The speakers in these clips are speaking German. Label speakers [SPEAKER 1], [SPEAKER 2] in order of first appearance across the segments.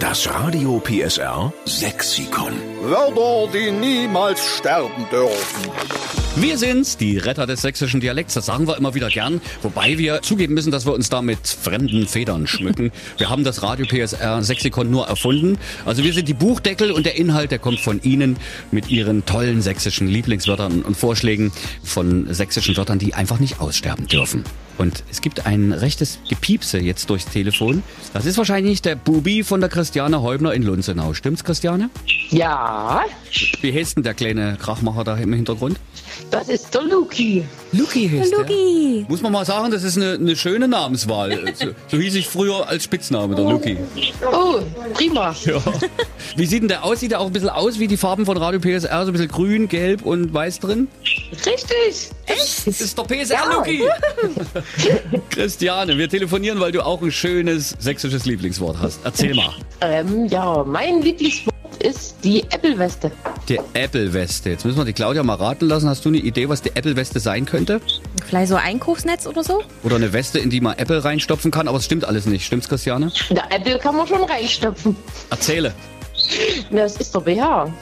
[SPEAKER 1] Das Radio PSR Sexikon.
[SPEAKER 2] Wörter, die niemals sterben dürfen.
[SPEAKER 3] Wir sind's, die Retter des sächsischen Dialekts. Das sagen wir immer wieder gern. Wobei wir zugeben müssen, dass wir uns da mit fremden Federn schmücken. Wir haben das Radio PSR Sexikon nur erfunden. Also wir sind die Buchdeckel und der Inhalt, der kommt von Ihnen mit Ihren tollen sächsischen Lieblingswörtern und Vorschlägen von sächsischen Wörtern, die einfach nicht aussterben dürfen. Und es gibt ein rechtes Gepiepse jetzt durchs Telefon. Das ist wahrscheinlich der Bubi von der Christiane Häubner in Lunzenau. Stimmt's, Christiane?
[SPEAKER 4] Ja,
[SPEAKER 3] Wie heißt denn der kleine Krachmacher da im Hintergrund?
[SPEAKER 4] das ist der Luki.
[SPEAKER 3] Luki heißt der.
[SPEAKER 5] Luki.
[SPEAKER 3] Muss man mal sagen, das ist eine, eine schöne Namenswahl. So, so hieß ich früher als Spitzname, der Luki.
[SPEAKER 4] Oh, prima.
[SPEAKER 3] Wie sieht denn der aus? Sieht der auch ein bisschen aus wie die Farben von Radio PSR? So ein bisschen grün, gelb und weiß drin?
[SPEAKER 4] Richtig.
[SPEAKER 3] Das ist doch PSR, Luki! Christiane, wir telefonieren, weil du auch ein schönes sächsisches Lieblingswort hast. Erzähl mal.
[SPEAKER 4] Ähm, ja, mein Lieblingswort ist die Äppelweste.
[SPEAKER 3] Die Apple-Weste. Jetzt müssen wir die Claudia mal raten lassen. Hast du eine Idee, was die Apple-Weste sein könnte?
[SPEAKER 5] Vielleicht so Einkaufsnetz oder so?
[SPEAKER 3] Oder eine Weste, in die man Apple reinstopfen kann? Aber es stimmt alles nicht. Stimmt's, Christiane?
[SPEAKER 4] Na, Äppel kann man schon reinstopfen.
[SPEAKER 3] Erzähle.
[SPEAKER 4] Na, Das ist der BH.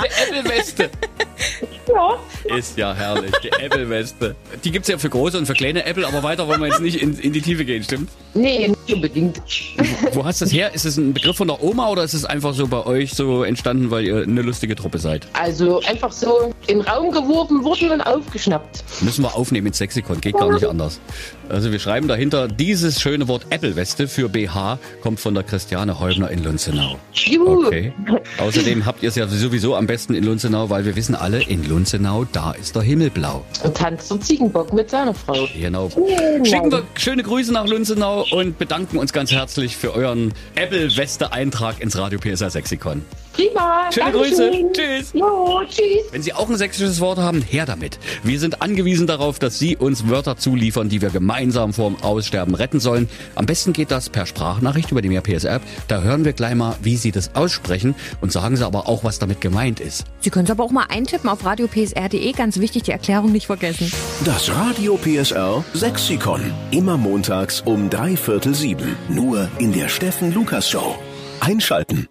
[SPEAKER 3] Die Apple-Weste.
[SPEAKER 4] Ja.
[SPEAKER 3] Ist ja herrlich, die Apple-Weste. Die gibt's ja für große und für kleine Apple, aber weiter wollen wir jetzt nicht in, in die Tiefe gehen, stimmt?
[SPEAKER 4] Nee, nicht unbedingt.
[SPEAKER 3] Wo hast du das her? Ist es ein Begriff von der Oma oder ist es einfach so bei euch so entstanden, weil ihr eine lustige Truppe seid?
[SPEAKER 4] Also einfach so in den Raum geworfen worden und aufgeschnappt.
[SPEAKER 3] Müssen wir aufnehmen in Sexikon, geht gar nicht anders. Also wir schreiben dahinter, dieses schöne Wort Apple-Weste für BH kommt von der Christiane Häubner in Lunzenau.
[SPEAKER 4] Juhu.
[SPEAKER 3] Okay. Außerdem habt ihr es ja sowieso am besten in Lunzenau, weil wir wissen alle, in Lunzenau, da ist der Himmel blau.
[SPEAKER 4] Und tanzt der Ziegenbock mit seiner Frau.
[SPEAKER 3] Genau. Schicken wir schöne Grüße nach Lunzenau und bedanken uns ganz herzlich für euren Apple-Weste-Eintrag ins Radio PSR Sexikon.
[SPEAKER 4] Prima.
[SPEAKER 3] Schöne Grüße.
[SPEAKER 4] Dankeschön.
[SPEAKER 3] Tschüss.
[SPEAKER 4] Jo, tschüss.
[SPEAKER 3] Wenn Sie auch ein sächsisches Wort haben, her damit. Wir sind angewiesen darauf, dass Sie uns Wörter zuliefern, die wir gemeinsam vorm Aussterben retten sollen. Am besten geht das per Sprachnachricht über die Mehr PSR. Da hören wir gleich mal, wie Sie das aussprechen und sagen Sie aber auch, was damit gemeint ist.
[SPEAKER 5] Sie können es aber auch mal eintippen auf radiopsr.de. E, Ganz wichtig, die Erklärung nicht vergessen.
[SPEAKER 1] Das Radio PSR Sexikon. Immer montags um drei Viertel sieben. Nur in der Steffen Lukas Show. Einschalten.